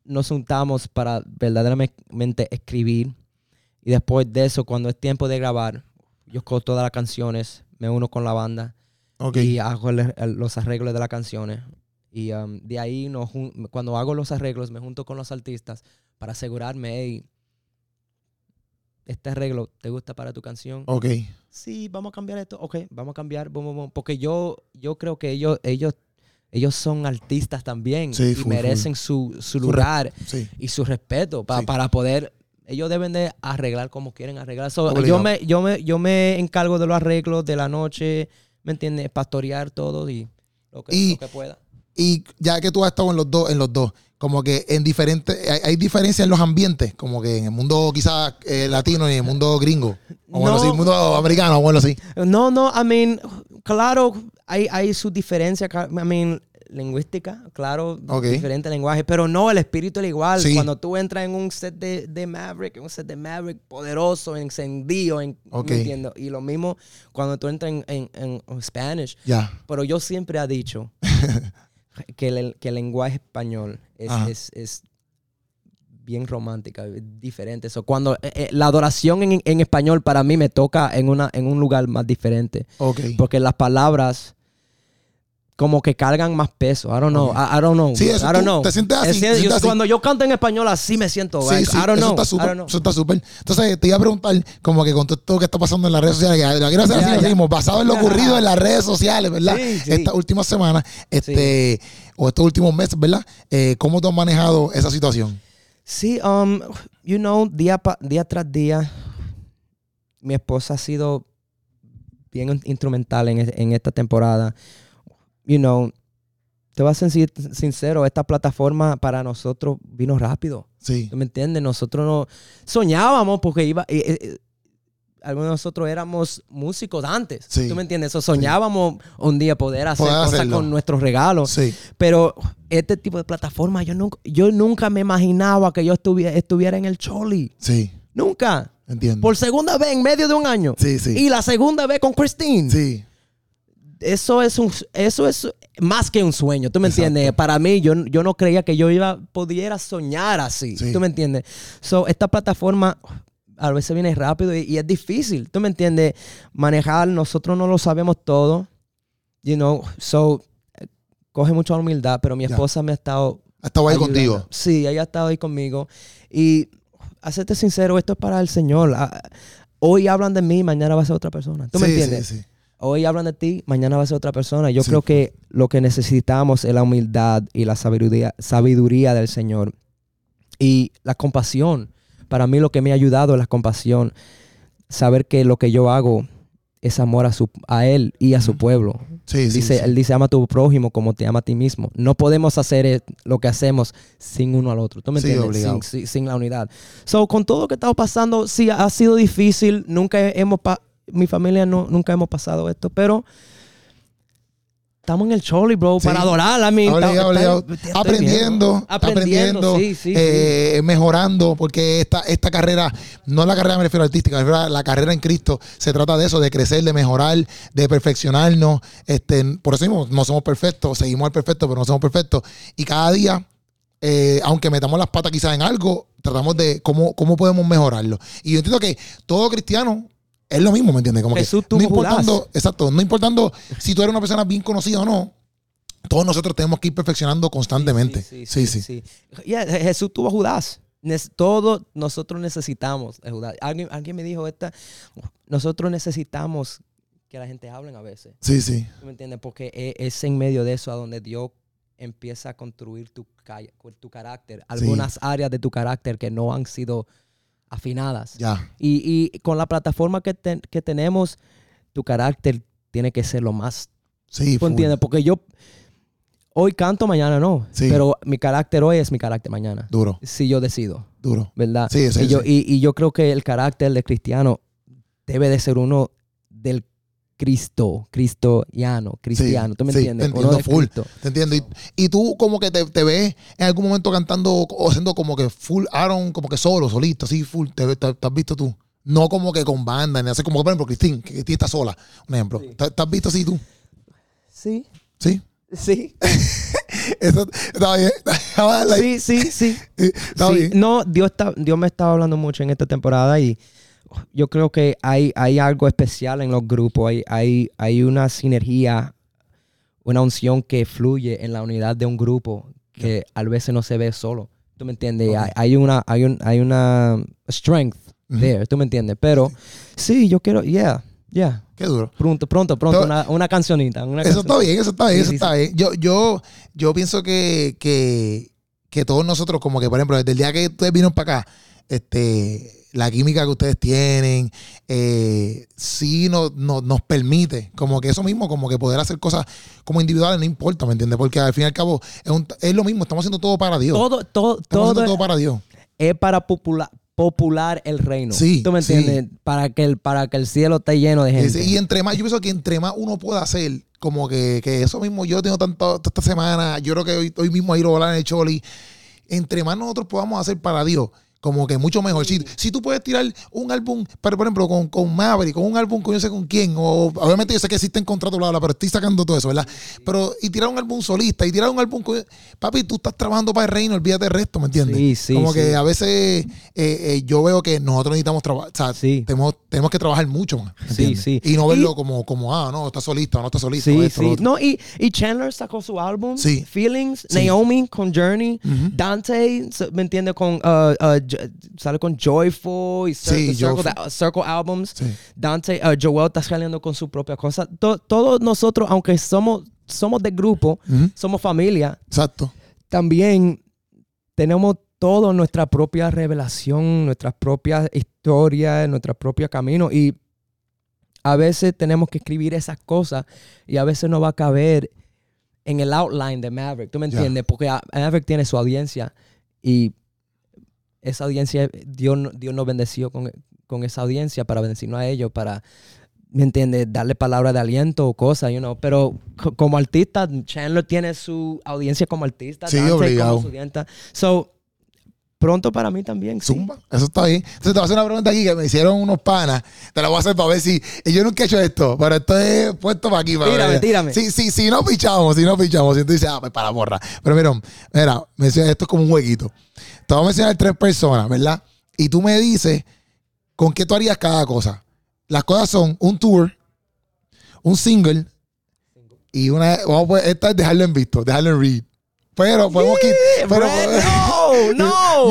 [SPEAKER 2] nos juntamos para verdaderamente escribir. Y después de eso, cuando es tiempo de grabar, yo cojo todas las canciones, me uno con la banda
[SPEAKER 1] ok.
[SPEAKER 2] y hago el- el- los arreglos de las canciones. Y um, de ahí, nos jun- cuando hago los arreglos, me junto con los artistas para asegurarme, "Hey, este arreglo te gusta para tu canción
[SPEAKER 1] Ok.
[SPEAKER 2] sí, vamos a cambiar esto, ok, vamos a cambiar, bum, bum, bum. porque yo, yo creo que ellos, ellos, ellos son artistas también
[SPEAKER 1] Sí,
[SPEAKER 2] y
[SPEAKER 1] full,
[SPEAKER 2] merecen su, su
[SPEAKER 1] re-
[SPEAKER 2] lugar
[SPEAKER 1] Sí.
[SPEAKER 2] y su respeto pa-
[SPEAKER 1] Sí.
[SPEAKER 2] para poder, ellos deben de arreglar como quieren arreglar. So, yo,
[SPEAKER 1] Obligado.
[SPEAKER 2] me, yo, me, yo me encargo de los arreglos de la noche, ¿me entiendes? Pastorear todo y lo que,
[SPEAKER 1] Y-
[SPEAKER 2] lo que pueda.
[SPEAKER 1] Y ya que tú has estado en los dos, en los dos, como que en diferentes, hay, hay diferencias en los ambientes, como que en el mundo quizás eh, latino y en el mundo gringo. O bueno,
[SPEAKER 2] No.
[SPEAKER 1] sí, el mundo americano, o bueno, sí.
[SPEAKER 2] No, no, I mean, claro, hay, hay su diferencia, ca- I mean, lingüística, claro,
[SPEAKER 1] Ok.
[SPEAKER 2] diferente lenguaje, pero no, el espíritu es igual.
[SPEAKER 1] Sí.
[SPEAKER 2] Cuando tú entras en un set de, de Maverick, un set de Maverick poderoso, encendido, en, ¿me
[SPEAKER 1] Ok.
[SPEAKER 2] entiendes? Y lo mismo cuando tú entras en, en, en- en Spanish.
[SPEAKER 1] Ya.
[SPEAKER 2] Pero yo siempre he dicho que, el, que el lenguaje español es,
[SPEAKER 1] Ajá.
[SPEAKER 2] es- es bien romántica, es diferente. So, cuando eh, eh, la adoración en, en español para mí me toca en, una, en un lugar más diferente.
[SPEAKER 1] Ok.
[SPEAKER 2] Porque las palabras como que cargan más peso. I don't know.
[SPEAKER 1] Ok.
[SPEAKER 2] I, I don't know.
[SPEAKER 1] Sí, eso
[SPEAKER 2] I don't
[SPEAKER 1] tú
[SPEAKER 2] know.
[SPEAKER 1] te sientes así,
[SPEAKER 2] Es
[SPEAKER 1] te
[SPEAKER 2] cierto,
[SPEAKER 1] sientes
[SPEAKER 2] yo-
[SPEAKER 1] así.
[SPEAKER 2] Cuando yo canto en español así me siento.
[SPEAKER 1] Sí,
[SPEAKER 2] like,
[SPEAKER 1] sí,
[SPEAKER 2] I
[SPEAKER 1] eso
[SPEAKER 2] don't know.
[SPEAKER 1] está
[SPEAKER 2] I don't
[SPEAKER 1] súper.
[SPEAKER 2] know.
[SPEAKER 1] Eso está súper. Entonces, te iba a preguntar, como que con todo esto que está pasando en las redes sociales, que la quiero hacer
[SPEAKER 2] Ya,
[SPEAKER 1] así
[SPEAKER 2] ya.
[SPEAKER 1] mismo, basado en lo ocurrido en las redes sociales, ¿verdad?
[SPEAKER 2] Sí, sí.
[SPEAKER 1] Estas últimas semanas, este, o estos últimos meses, ¿verdad? Eh, ¿Cómo tú has manejado esa situación?
[SPEAKER 2] Sí, um, you know, día, pa- día tras día, mi esposa ha sido bien in- instrumental en, es- en esta temporada. You know, te voy a ser sin- sincero, esta plataforma para nosotros vino rápido.
[SPEAKER 1] Sí.
[SPEAKER 2] ¿Tú me entiendes? Nosotros no soñábamos porque iba. eh, eh, eh, algunos de nosotros éramos músicos antes.
[SPEAKER 1] Sí.
[SPEAKER 2] ¿Tú me entiendes? Eso soñábamos un día poder hacer
[SPEAKER 1] Poder
[SPEAKER 2] cosas
[SPEAKER 1] hacerlo.
[SPEAKER 2] con nuestros regalos.
[SPEAKER 1] Sí.
[SPEAKER 2] Pero este tipo de plataforma, yo nunca, yo nunca me imaginaba que yo estuviera, estuviera en el Choli.
[SPEAKER 1] Sí.
[SPEAKER 2] Nunca.
[SPEAKER 1] Entiendo.
[SPEAKER 2] Por segunda vez en medio de un año.
[SPEAKER 1] Sí, sí.
[SPEAKER 2] Y la segunda vez con Christine.
[SPEAKER 1] Sí.
[SPEAKER 2] Eso es un eso es más que un sueño, ¿tú me
[SPEAKER 1] Exacto.
[SPEAKER 2] entiendes? Para mí yo, yo no creía que yo iba pudiera soñar así,
[SPEAKER 1] Sí.
[SPEAKER 2] ¿tú me entiendes? So esta plataforma a veces viene rápido y, y es difícil, ¿tú me entiendes? Manejar, nosotros no lo sabemos todo. You know, so eh, coge mucha humildad, pero mi
[SPEAKER 1] Ya.
[SPEAKER 2] esposa me ha estado
[SPEAKER 1] Ha estado ahí
[SPEAKER 2] ayudando.
[SPEAKER 1] contigo.
[SPEAKER 2] Sí, ella ha estado ahí conmigo. Y a serte sincero, esto es para el Señor. Ah, Hoy hablan de mí, mañana va a ser otra persona. ¿Tú me
[SPEAKER 1] Sí,
[SPEAKER 2] entiendes?
[SPEAKER 1] Sí, sí.
[SPEAKER 2] Hoy hablan de ti, mañana va a ser otra persona. Yo
[SPEAKER 1] Sí.
[SPEAKER 2] creo que lo que necesitamos es la humildad y la sabiduría, sabiduría del Señor. Y la compasión. Para mí lo que me ha ayudado es la compasión. Saber que lo que yo hago es amor a, su, a Él y a su
[SPEAKER 1] Ujú.
[SPEAKER 2] pueblo.
[SPEAKER 1] Sí, sí,
[SPEAKER 2] dice,
[SPEAKER 1] sí.
[SPEAKER 2] Él dice, ama a tu prójimo como te ama a ti mismo. No podemos hacer eh, lo que hacemos sin uno al otro. ¿Tú me
[SPEAKER 1] Sí,
[SPEAKER 2] entiendes?
[SPEAKER 1] obligado.
[SPEAKER 2] Sin, sin- sin la unidad. So, con todo lo que estamos pasando, sí, ha sido difícil. Nunca hemos... pa- mi familia no, nunca hemos pasado esto, pero... Estamos en el Choli, bro,
[SPEAKER 1] Sí.
[SPEAKER 2] para adorar a mí.
[SPEAKER 1] Ah, Obligado, obligado. Aprendiendo, aprendiendo,
[SPEAKER 2] Sí, sí, sí.
[SPEAKER 1] eh, mejorando, porque esta, esta carrera, no la carrera me refiero a artística, me refiero a la carrera en Cristo, se trata de eso, de crecer, de mejorar, de perfeccionarnos. Este, por eso mismo, no somos perfectos, seguimos al perfecto, pero no somos perfectos. Y cada día, eh, aunque metamos las patas quizás en algo, tratamos de cómo, cómo podemos mejorarlo. Y yo entiendo que todo cristiano es lo mismo, ¿me entiendes? Como
[SPEAKER 2] Jesús
[SPEAKER 1] que
[SPEAKER 2] tuvo
[SPEAKER 1] no importando, exacto, no importando si tú eres una persona bien conocida o no, todos nosotros tenemos que ir perfeccionando constantemente. Sí, sí.
[SPEAKER 2] sí. Yeah, Je- Jesús tuvo a Judas. Nes- Todos nosotros necesitamos a Judas. Alguien, alguien me dijo esta, nosotros necesitamos que la gente hable a veces.
[SPEAKER 1] Sí, sí.
[SPEAKER 2] ¿Tú me entiendes? Porque e- es en medio de eso a donde Dios empieza a construir tu, ca- tu carácter. Algunas áreas de tu carácter que no han sido afinadas.
[SPEAKER 1] Ya.
[SPEAKER 2] Y, y con la plataforma que, ten- que tenemos, tu carácter tiene que ser lo más
[SPEAKER 1] Sí,
[SPEAKER 2] ¿Tú
[SPEAKER 1] full.
[SPEAKER 2] entiendes? Porque yo hoy canto, mañana no.
[SPEAKER 1] Sí.
[SPEAKER 2] Pero mi carácter hoy es mi carácter mañana.
[SPEAKER 1] Duro,
[SPEAKER 2] Si yo decido,
[SPEAKER 1] duro.
[SPEAKER 2] ¿verdad?
[SPEAKER 1] Sí, sí,
[SPEAKER 2] y, yo,
[SPEAKER 1] sí.
[SPEAKER 2] y, y yo creo que el carácter del cristiano debe de ser uno del Cristo, cristiano, cristiano, ¿tú me
[SPEAKER 1] sí,
[SPEAKER 2] entiendes?
[SPEAKER 1] te
[SPEAKER 2] Uno
[SPEAKER 1] entiendo
[SPEAKER 2] de
[SPEAKER 1] full.
[SPEAKER 2] Cristo.
[SPEAKER 1] Te entiendo. Y, y tú como que te, te ves en algún momento cantando o haciendo como que full Aaron, como que solo, solista, así full, te, te- te has visto tú. No como que con banda, ni así como por ejemplo Cristín, que Cristín está sola, un ejemplo. ¿Te, te has visto así tú?
[SPEAKER 2] Sí,
[SPEAKER 1] Sí.
[SPEAKER 2] sí,
[SPEAKER 1] Eso está bien. Estaba darle ahí.
[SPEAKER 2] sí, sí, sí.
[SPEAKER 1] Está
[SPEAKER 2] Sí,
[SPEAKER 1] bien.
[SPEAKER 2] No, Dios, está, Dios me estaba hablando mucho en esta temporada y oh, yo creo que hay, hay algo especial en los grupos, hay, hay, hay una sinergia, una unción que fluye en la unidad de un grupo que a veces no se ve solo. ¿Tú me entiendes?
[SPEAKER 1] Ok.
[SPEAKER 2] Hay, hay una, hay, un- hay una strength
[SPEAKER 1] Ujú.
[SPEAKER 2] there, ¿tú me entiendes? Pero sí, yo quiero, yeah, yeah.
[SPEAKER 1] Qué duro.
[SPEAKER 2] Pronto, pronto, pronto,
[SPEAKER 1] No,
[SPEAKER 2] una, una cancionita. Una
[SPEAKER 1] Eso
[SPEAKER 2] cancionita.
[SPEAKER 1] está bien, eso está bien,
[SPEAKER 2] Sí,
[SPEAKER 1] eso
[SPEAKER 2] sí,
[SPEAKER 1] está bien. Yo, yo, yo pienso que, que, que todos nosotros, como que, por ejemplo, desde el día que ustedes vinieron para acá, este, la química que ustedes tienen, eh, sí nos, nos, nos permite, como que eso mismo, como que poder hacer cosas como individuales, no importa, ¿me entiendes? Porque al fin y al cabo es, un- es lo mismo, estamos haciendo todo para Dios.
[SPEAKER 2] Todo, todo,
[SPEAKER 1] estamos
[SPEAKER 2] todo,
[SPEAKER 1] haciendo todo para Dios.
[SPEAKER 2] es para popular, popular el reino.
[SPEAKER 1] Sí,
[SPEAKER 2] ¿Tú me
[SPEAKER 1] sí.
[SPEAKER 2] entiendes? Para, que el, para que el cielo esté lleno de gente.
[SPEAKER 1] Ese- y entre más, yo pienso que entre más uno pueda hacer, como que, que eso mismo, yo tengo tanto esta semana, yo creo que hoy, hoy mismo ahí lo hablan en el Choli, entre más nosotros podamos hacer para Dios, como que mucho mejor. Si, si tú puedes tirar un álbum, pero, por ejemplo, con, con Maverick, con un álbum con yo sé con quién, o obviamente yo sé que existen contratos, bla, bla, pero estoy sacando todo eso, ¿verdad? Pero, y tirar un álbum solista, y tirar un álbum con... Papi, tú estás trabajando para el reino, olvídate del resto, ¿me entiendes?
[SPEAKER 2] Sí, sí,
[SPEAKER 1] como
[SPEAKER 2] sí.
[SPEAKER 1] que a veces eh, eh, yo veo que nosotros necesitamos trabajar, o sea,
[SPEAKER 2] Sí.
[SPEAKER 1] tenemos, tenemos que trabajar mucho más.
[SPEAKER 2] Sí,
[SPEAKER 1] ¿entiendes?
[SPEAKER 2] sí.
[SPEAKER 1] Y no
[SPEAKER 2] Y-
[SPEAKER 1] verlo como, como, ah, no, está solista, no está solista.
[SPEAKER 2] sí,
[SPEAKER 1] esto, lo
[SPEAKER 2] sí.
[SPEAKER 1] otro.
[SPEAKER 2] No, y, y Chandler sacó su álbum,
[SPEAKER 1] Sí.
[SPEAKER 2] Feelings,
[SPEAKER 1] Sí.
[SPEAKER 2] Naomi con Journey,
[SPEAKER 1] Ujú.
[SPEAKER 2] Dante, so- ¿me entiendes? Con, uh, uh, Jo- sale con Joyful y Cir-
[SPEAKER 1] Sí,
[SPEAKER 2] the Circle,
[SPEAKER 1] Joyful.
[SPEAKER 2] the- Circle Albums.
[SPEAKER 1] Sí.
[SPEAKER 2] Dante, uh, Joel está saliendo con su propia cosa. To- todos nosotros, aunque somos, somos de grupo,
[SPEAKER 1] Ujú.
[SPEAKER 2] somos familia,
[SPEAKER 1] Exacto.
[SPEAKER 2] también tenemos todo nuestra propia revelación, nuestras propias historias, nuestro propio camino. Y a veces tenemos que escribir esas cosas y a veces no va a caber en el outline de Maverick. ¿Tú me
[SPEAKER 1] Ya.
[SPEAKER 2] entiendes? Porque a- Maverick tiene su audiencia y esa audiencia, Dios, no- Dios nos bendeció con, con esa audiencia para bendecirnos a ellos, para, ¿me entiendes? Darle palabras de aliento o cosas, you know. Pero co- como artista, Chandler tiene su audiencia como artista.
[SPEAKER 1] Sí,
[SPEAKER 2] Dante como
[SPEAKER 1] obligado.
[SPEAKER 2] su audiencia. So, pronto para mí también, sí.
[SPEAKER 1] Zumba. Eso está bien. Entonces te voy a hacer una pregunta aquí que me hicieron unos panas. Te la voy a hacer para ver si. y Yo nunca he hecho esto, pero esto es puesto para aquí. Para
[SPEAKER 2] Tírame,
[SPEAKER 1] ver.
[SPEAKER 2] tírame.
[SPEAKER 1] Sí, sí, sí, no pichamos, si no pichamos. Si tú dices, ah, pues para la borra. Pero mira, mira, menciona- esto es como un jueguito. Te voy a mencionar tres personas, ¿verdad? Y tú me dices con qué tú harías cada cosa. Las cosas son un tour, un single y una. Vamos a poner- esta es dejarlo en visto, dejarlo en read. Pero podemos
[SPEAKER 2] Yeah,
[SPEAKER 1] quitar. pero-
[SPEAKER 2] Brad, no, no.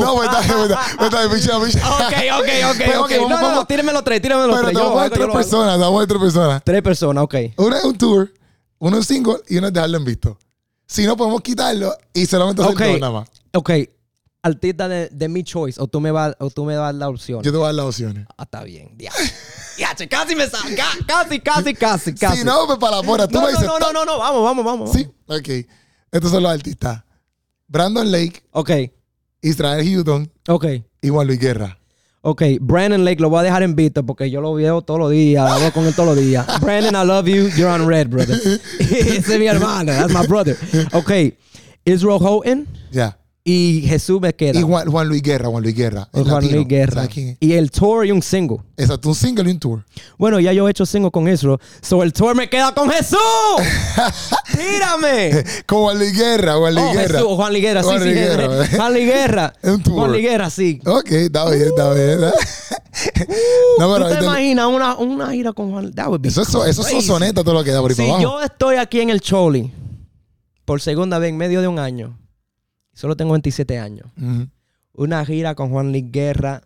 [SPEAKER 1] No, pues está bien, pues está- pues está bien, picha, picha.
[SPEAKER 2] Ok, ok, ok,
[SPEAKER 1] Pero,
[SPEAKER 2] ok.
[SPEAKER 1] ok, vamos-
[SPEAKER 2] No, no, no,
[SPEAKER 1] vamos.
[SPEAKER 2] tírame los tres, tírame los
[SPEAKER 1] Pero te
[SPEAKER 2] tres. Yo lo
[SPEAKER 1] vamos a
[SPEAKER 2] hago,
[SPEAKER 1] dar
[SPEAKER 2] yo
[SPEAKER 1] tres
[SPEAKER 2] lo hago.
[SPEAKER 1] personas, te vamos a dar tres personas.
[SPEAKER 2] Tres personas, ok.
[SPEAKER 1] Una es un tour, uno es un single y uno es dejarlo en visto. Si no, podemos quitarlo y solamente hacer
[SPEAKER 2] Ok.
[SPEAKER 1] dos nada más.
[SPEAKER 2] Ok, artista de, de mi choice, o tú me vas, o tú me das la opción.
[SPEAKER 1] Yo te voy a dar las opciones.
[SPEAKER 2] Ah, está bien. Ya. Ya, che, casi me sa- ca- Casi, casi, casi, casi.
[SPEAKER 1] Si no, pues para la porra. Tú
[SPEAKER 2] no,
[SPEAKER 1] me
[SPEAKER 2] no,
[SPEAKER 1] dices.
[SPEAKER 2] no, no, no, no, vamos, vamos, vamos.
[SPEAKER 1] Sí, ok. Estos son los artistas. Brandon Lake,
[SPEAKER 2] Ok,
[SPEAKER 1] Israel Houghton
[SPEAKER 2] ok,
[SPEAKER 1] y Juan Luis Guerra.
[SPEAKER 2] ok. Brandon Lake lo voy a dejar en visto porque yo lo veo todos los días, hablo con él todos los días. Brandon, I love you, you're on red, brother. Ese es mi hermano, that's my brother. Ok, Israel Houghton
[SPEAKER 1] Ya.
[SPEAKER 2] y Jesús me queda.
[SPEAKER 1] Y Juan, Juan Luis Guerra, Juan Luis Guerra. el
[SPEAKER 2] Juan
[SPEAKER 1] latino.
[SPEAKER 2] Luis Guerra.
[SPEAKER 1] ¿Sabes quién es?
[SPEAKER 2] Y el tour y un single.
[SPEAKER 1] Exacto, un single y un tour.
[SPEAKER 2] Bueno, ya yo he hecho single con Israel, so el tour me queda con Jesús. ¡Tírame!
[SPEAKER 1] Con Juan Luis Guerra, Juan Luis
[SPEAKER 2] Oh,
[SPEAKER 1] Guerra.
[SPEAKER 2] Jesús, Juan Liguera, sí,
[SPEAKER 1] Juan
[SPEAKER 2] sí,
[SPEAKER 1] Liguera,
[SPEAKER 2] Henry.
[SPEAKER 1] ¿verdad?
[SPEAKER 2] Juan Liguera.
[SPEAKER 1] Un tour.
[SPEAKER 2] Juan Liguera, sí.
[SPEAKER 1] Ok, está bien, está bien. ¿verdad? No, pero
[SPEAKER 2] ¿Tú te
[SPEAKER 1] ahorita-
[SPEAKER 2] imaginas una, una gira con Juan? That would be
[SPEAKER 1] Eso, eso, eso son
[SPEAKER 2] crazy.
[SPEAKER 1] sonetas todo lo que da por ahí
[SPEAKER 2] Si
[SPEAKER 1] para abajo.
[SPEAKER 2] yo estoy aquí en el Choli por segunda vez en medio de un año, solo tengo 27 años,
[SPEAKER 1] Ujú.
[SPEAKER 2] una gira con Juan Liguera,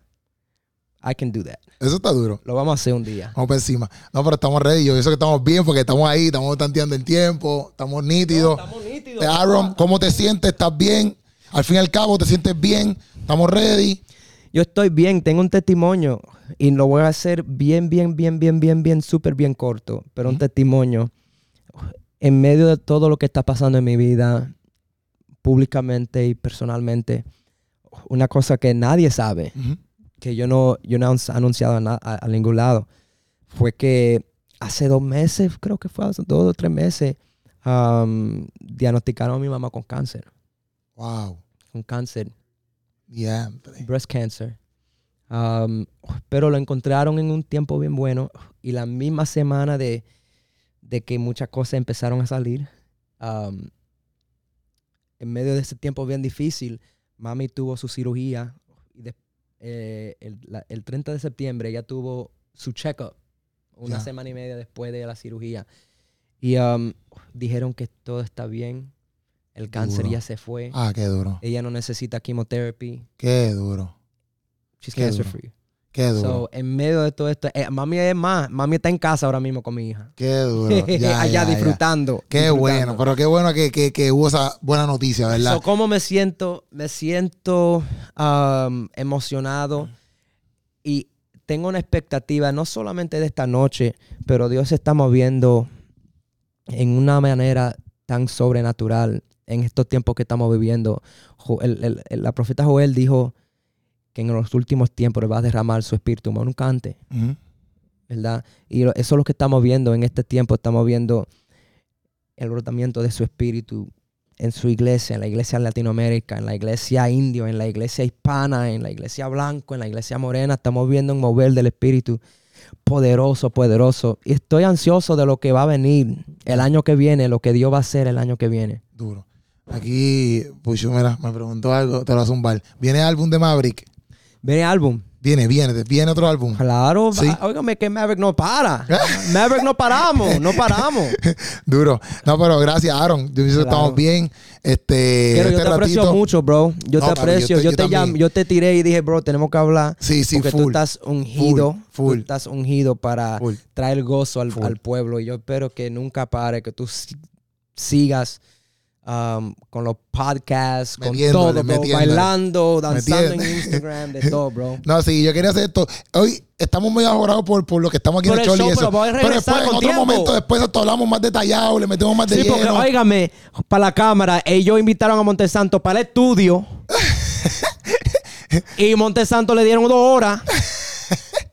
[SPEAKER 2] I can do that.
[SPEAKER 1] Eso está duro.
[SPEAKER 2] Lo vamos a hacer un día.
[SPEAKER 1] Vamos para encima. No, pero estamos ready. Yo pienso que estamos bien porque estamos ahí, estamos tanteando el tiempo, estamos nítidos.
[SPEAKER 2] nítidos.
[SPEAKER 1] Eh, Aaron, ¿cómo te sientes? ¿Estás bien? Al fin y al cabo, ¿te sientes bien? ¿Estamos ready?
[SPEAKER 2] Yo estoy bien, tengo un testimonio y lo voy a hacer bien, bien, bien, bien, bien, bien, súper bien corto, pero un testimonio. En medio de todo lo que está pasando en mi vida, públicamente y personalmente, una cosa que nadie sabe,
[SPEAKER 1] Ujú.
[SPEAKER 2] que yo no, yo no he anunciado a, na- a- a ningún lado, fue que hace dos meses, creo que fue hace dos o tres meses, um, diagnosticaron a mi mamá con cáncer.
[SPEAKER 1] Wow.
[SPEAKER 2] Con cáncer,
[SPEAKER 1] Diantre.
[SPEAKER 2] breast cancer. Um, pero lo encontraron en un tiempo bien bueno y la misma semana de, de que muchas cosas empezaron a salir, um, en medio de ese tiempo bien difícil, mami tuvo su cirugía y de- eh, el, la- el 30 de septiembre ella tuvo su check-up una
[SPEAKER 1] Ya.
[SPEAKER 2] semana y media después de la cirugía y um, dijeron que todo está bien, el cáncer
[SPEAKER 1] Duro.
[SPEAKER 2] ya se fue,
[SPEAKER 1] Ah, qué duro.
[SPEAKER 2] ella no necesita quimioterapia,
[SPEAKER 1] Qué duro.
[SPEAKER 2] she's
[SPEAKER 1] Qué
[SPEAKER 2] cancer
[SPEAKER 1] duro.
[SPEAKER 2] free.
[SPEAKER 1] Qué duro.
[SPEAKER 2] So, en medio de todo esto, eh, mami es más, mami está en casa ahora mismo con mi hija.
[SPEAKER 1] qué duro. Ya,
[SPEAKER 2] Allá
[SPEAKER 1] ya, ya.
[SPEAKER 2] disfrutando.
[SPEAKER 1] Qué
[SPEAKER 2] disfrutando.
[SPEAKER 1] bueno, pero qué bueno que, que, que hubo esa buena noticia, ¿verdad?
[SPEAKER 2] So, ¿Cómo me siento? Me siento um, emocionado y tengo una expectativa, no solamente de esta noche, pero Dios se está moviendo en una manera tan sobrenatural en estos tiempos que estamos viviendo. Jo- el- el- el- la profeta Joel dijo que en los últimos tiempos va a derramar su espíritu, como nunca antes.
[SPEAKER 1] Ujú.
[SPEAKER 2] ¿verdad? Y lo- eso es lo que estamos viendo en este tiempo. Estamos viendo el brotamiento de su espíritu en su iglesia, en la iglesia en Latinoamérica, en la iglesia indio, en la iglesia hispana, en la iglesia blanco, en la iglesia morena. Estamos viendo un mover del espíritu poderoso, poderoso. Y estoy ansioso de lo que va a venir el año que viene, lo que Dios va a hacer el año que viene.
[SPEAKER 1] Duro. Aquí, Puchu, mira, me preguntó algo, te lo hace un bar. ¿Viene álbum de Maverick?
[SPEAKER 2] Viene álbum.
[SPEAKER 1] Viene, viene, viene otro álbum.
[SPEAKER 2] Claro,
[SPEAKER 1] Sí.
[SPEAKER 2] ah, óigame que Maverick no para. Maverick no paramos, no paramos.
[SPEAKER 1] Duro. No, pero gracias, Aaron. Yo pienso que
[SPEAKER 2] Claro.
[SPEAKER 1] estamos bien. Este,
[SPEAKER 2] Pero yo
[SPEAKER 1] este
[SPEAKER 2] te aprecio
[SPEAKER 1] ratito-
[SPEAKER 2] mucho, bro. Yo
[SPEAKER 1] No, papi,
[SPEAKER 2] te
[SPEAKER 1] yo
[SPEAKER 2] aprecio.
[SPEAKER 1] te- yo
[SPEAKER 2] Yo, te
[SPEAKER 1] también.
[SPEAKER 2] llam- yo te tiré y dije, bro, tenemos que hablar.
[SPEAKER 1] Sí, sí,
[SPEAKER 2] porque tú
[SPEAKER 1] full.
[SPEAKER 2] estás ungido.
[SPEAKER 1] full.
[SPEAKER 2] Tú estás ungido para
[SPEAKER 1] Full.
[SPEAKER 2] traer gozo al,
[SPEAKER 1] Full.
[SPEAKER 2] al pueblo. Y yo espero que nunca pare, que tú si- sigas um, con los podcasts, con
[SPEAKER 1] Metiéndole,
[SPEAKER 2] todo, bro.
[SPEAKER 1] metiéndole.
[SPEAKER 2] Bailando, danzando
[SPEAKER 1] Metiéndole.
[SPEAKER 2] en Instagram, de todo, bro.
[SPEAKER 1] No, sí, yo quería hacer esto. Hoy estamos medio ajorados por, por lo que estamos aquí
[SPEAKER 2] Por
[SPEAKER 1] en
[SPEAKER 2] el
[SPEAKER 1] el show y
[SPEAKER 2] show,
[SPEAKER 1] eso.
[SPEAKER 2] pero voy a regresar
[SPEAKER 1] después, en
[SPEAKER 2] con
[SPEAKER 1] otro
[SPEAKER 2] tiempo.
[SPEAKER 1] momento, después esto hablamos más detallado, le metemos más de
[SPEAKER 2] Sí, porque,
[SPEAKER 1] lleno.
[SPEAKER 2] óigame, para la cámara, ellos invitaron a Montesanto para el estudio. y Montesanto le dieron dos horas.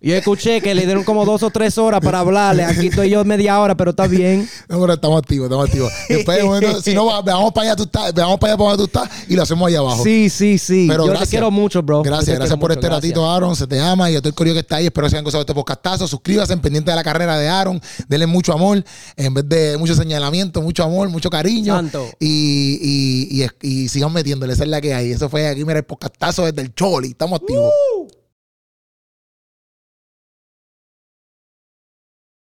[SPEAKER 2] Yo escuché que le dieron como dos o tres horas para hablarle. Aquí estoy yo media hora, pero está bien.
[SPEAKER 1] No, pero estamos activos, estamos activos. Después, de un momento, si no, va- vamos para allá, tú estás, vamos para allá, para donde tú estás y lo hacemos allá abajo.
[SPEAKER 2] Sí, sí, sí.
[SPEAKER 1] Pero
[SPEAKER 2] yo
[SPEAKER 1] gracias.
[SPEAKER 2] te quiero mucho, bro. Yo te
[SPEAKER 1] Gracias, gracias
[SPEAKER 2] quiero
[SPEAKER 1] por
[SPEAKER 2] mucho,
[SPEAKER 1] este
[SPEAKER 2] gracias.
[SPEAKER 1] ratito, Aaron. Se te ama y a todo el corillo que está ahí. Espero que se hayan gozado de este podcastazo. Suscríbase en pendiente de la carrera de Aaron. Denle mucho amor. En vez de mucho señalamiento, mucho amor, mucho cariño.
[SPEAKER 2] Santo.
[SPEAKER 1] Y, y, y- y sigan metiéndole. Esa es la que hay. Eso fue aquí, mira, el podcastazo desde el Choli. Estamos activos.
[SPEAKER 2] Uh.